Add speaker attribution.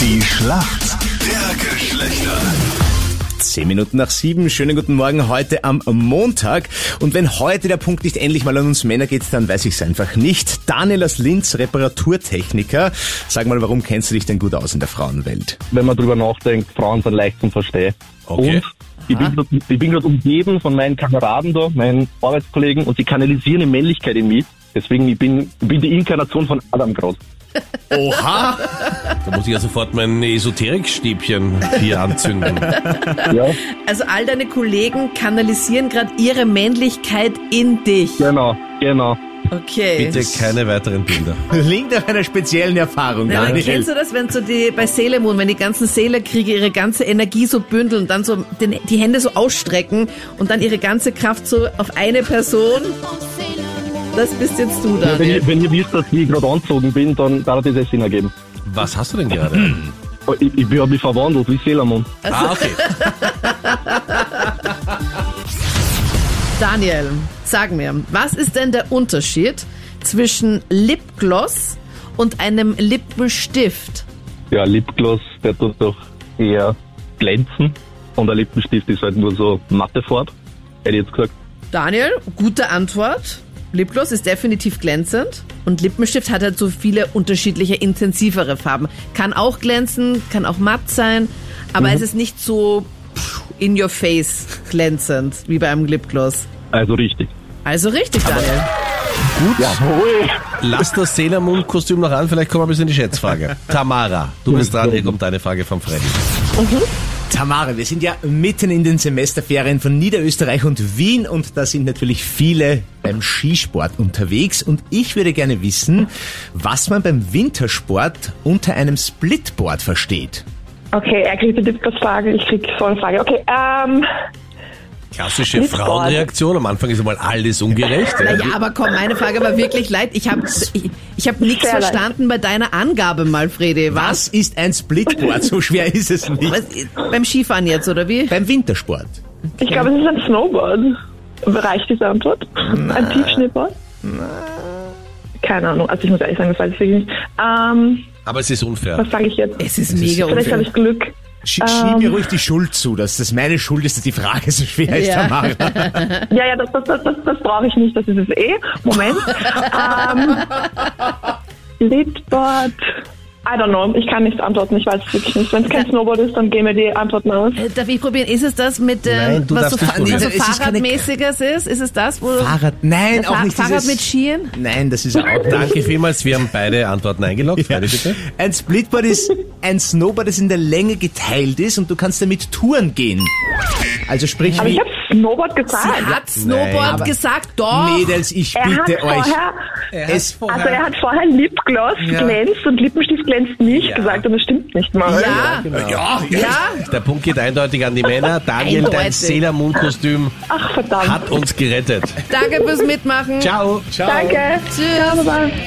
Speaker 1: Die Schlacht der Geschlechter.
Speaker 2: Zehn Minuten nach sieben. Schönen guten Morgen heute am Montag. Und wenn heute der Punkt nicht endlich mal an uns Männer geht, dann weiß ich es einfach nicht. Daniel aus Linz, Reparaturtechniker. Sag mal, warum kennst du dich denn gut aus in der Frauenwelt?
Speaker 3: wenn man drüber nachdenkt, Frauen sind leicht zum Verstehen.
Speaker 2: Okay.
Speaker 3: Und ich bin grad- ich bin gerade umgeben von meinen Kameraden da, meinen Arbeitskollegen, und sie kanalisieren die Männlichkeit in mich. Deswegen, ich bin, ich bin die Inkarnation von Adam gerade.
Speaker 2: Oha!
Speaker 4: Da muss ich ja sofort mein Esoterikstäbchen hier anzünden.
Speaker 3: Ja,
Speaker 5: Also all deine Kollegen kanalisieren gerade ihre Männlichkeit in dich.
Speaker 3: genau, genau.
Speaker 5: Okay.
Speaker 4: Bitte keine weiteren Bilder.
Speaker 2: Klingt nach einer speziellen Erfahrung,
Speaker 5: Na, aber
Speaker 2: Daniel.
Speaker 5: kennst du das, wenn so die bei Selemon, wenn die ganzen Seelerkriege ihre ganze Energie so bündeln, dann so den, die Hände so ausstrecken und dann ihre ganze Kraft so auf eine Person? Das bist jetzt du,
Speaker 3: Wenn,
Speaker 5: Daniel.
Speaker 3: ihr, wenn ihr wisst, dass ich gerade angezogen bin, dann darf das eh Sinn ergeben.
Speaker 4: Was hast du denn gerade?
Speaker 3: Aber Ich, ich habe mich verwandelt, wie Selamon.
Speaker 4: Ah, okay.
Speaker 5: Daniel, sag mir, was ist denn der Unterschied zwischen Lipgloss und einem Lippenstift?
Speaker 3: Ja, Lipgloss, der tut doch eher glänzen. Und der Lippenstift ist halt nur so matte Farbe, hätte ich jetzt gesagt.
Speaker 5: Daniel, gute Antwort. Lipgloss ist definitiv glänzend und Lippenstift hat halt so viele unterschiedliche, intensivere Farben. Kann auch glänzen, kann auch matt sein, aber es ist nicht so pff, in your face glänzend wie bei einem Lipgloss.
Speaker 3: Also richtig.
Speaker 5: Also richtig, Daniel.
Speaker 4: Gut,
Speaker 3: Ui.
Speaker 4: lass das Sailor-Moon-Kostüm noch an, vielleicht kommen wir bis in die Schätzfrage. Tamara, du bist dran, hier kommt deine Frage vom Freddy.
Speaker 5: Mhm.
Speaker 2: Tamara, wir sind ja mitten in den Semesterferien von Niederösterreich und Wien und da sind natürlich viele beim Skisport unterwegs und ich würde gerne wissen, was man beim Wintersport unter einem Splitboard versteht.
Speaker 6: Okay, er kriegt die Frage, ich krieg so eine Frage. Okay, ähm,
Speaker 4: Klassische
Speaker 6: Mit Sport.
Speaker 4: Frauenreaktion, am Anfang ist einmal alles ungerecht. ja.
Speaker 5: Naja, aber komm, meine Frage war wirklich leid. Ich habe ich, ich hab nichts
Speaker 6: Sehr leid.
Speaker 5: verstanden bei deiner Angabe, Malfredi. Was?
Speaker 2: Was ist ein Splitboard? So schwer ist es nicht.
Speaker 5: Was? Beim Skifahren jetzt, oder wie?
Speaker 2: Beim Wintersport.
Speaker 6: ich glaube, es ist ein Snowboard. Bereich diese Antwort? Ein Tiefschneeball? Keine Ahnung, also ich muss ehrlich sagen, das weiß ich wirklich nicht. Ähm,
Speaker 4: Aber es ist unfair.
Speaker 6: was sage ich jetzt?
Speaker 5: Es ist mega
Speaker 6: Vielleicht habe ich Glück.
Speaker 2: Sch
Speaker 5: Ähm.
Speaker 2: Schieb mir ruhig die Schuld zu, dass das meine Schuld ist, dass die Frage so schwer ist,
Speaker 5: Ja.
Speaker 2: Tamara.
Speaker 6: Ja, ja, das, das, das, das, das brauche ich nicht, das ist es eh. Moment. ähm, Leadboard. I don't know, ich kann nichts antworten, ich weiß es wirklich nicht. Wenn es kein Snowboard ist, dann gehen mir die Antworten aus.
Speaker 5: Äh, Darf ich probieren? Ist es das mit, ähm,
Speaker 4: Nein, du
Speaker 5: was
Speaker 4: darfst
Speaker 5: so,
Speaker 4: nicht
Speaker 5: was
Speaker 2: probieren.
Speaker 5: so
Speaker 2: Es ist keine-
Speaker 5: Fahrradmäßiges ist? Ist es das, wo du-
Speaker 2: Fahrrad, nein, auch
Speaker 5: Fahr-
Speaker 2: nicht
Speaker 5: Fahrrad
Speaker 2: dieses-
Speaker 5: mit Skien?
Speaker 2: Nein, das ist auch
Speaker 4: Danke vielmals, wir haben beide Antworten eingeloggt.
Speaker 2: Ja.
Speaker 4: Freddy, bitte.
Speaker 2: Ein Splitboard ist ein Snowboard, das in der Länge geteilt ist und du kannst damit Touren gehen. Also sprich
Speaker 6: Aber
Speaker 2: wie...
Speaker 6: ich habe Snowboard
Speaker 5: Sie
Speaker 6: gesagt.
Speaker 5: Ah, hat Snowboard
Speaker 2: aber-
Speaker 5: gesagt, doch.
Speaker 2: Mädels, ich
Speaker 6: Oh, Er hat
Speaker 2: bitte euch.
Speaker 6: vorher,
Speaker 2: Es,
Speaker 6: also er hat vorher Lipgloss
Speaker 2: Ja.
Speaker 6: glänzt und Lippenstift glänzt nicht gesagt und das stimmt nicht mal.
Speaker 5: ja,
Speaker 2: ja,
Speaker 5: ja.
Speaker 4: Der Punkt geht eindeutig an die Männer. Daniel, dein
Speaker 5: Eindeutig.
Speaker 4: Sailor Moon-Kostüm
Speaker 6: Ach verdammt.
Speaker 4: hat uns gerettet.
Speaker 5: Danke fürs Mitmachen.
Speaker 4: Ciao. Ciao.
Speaker 6: Danke.
Speaker 5: Tschüss.
Speaker 6: Baba.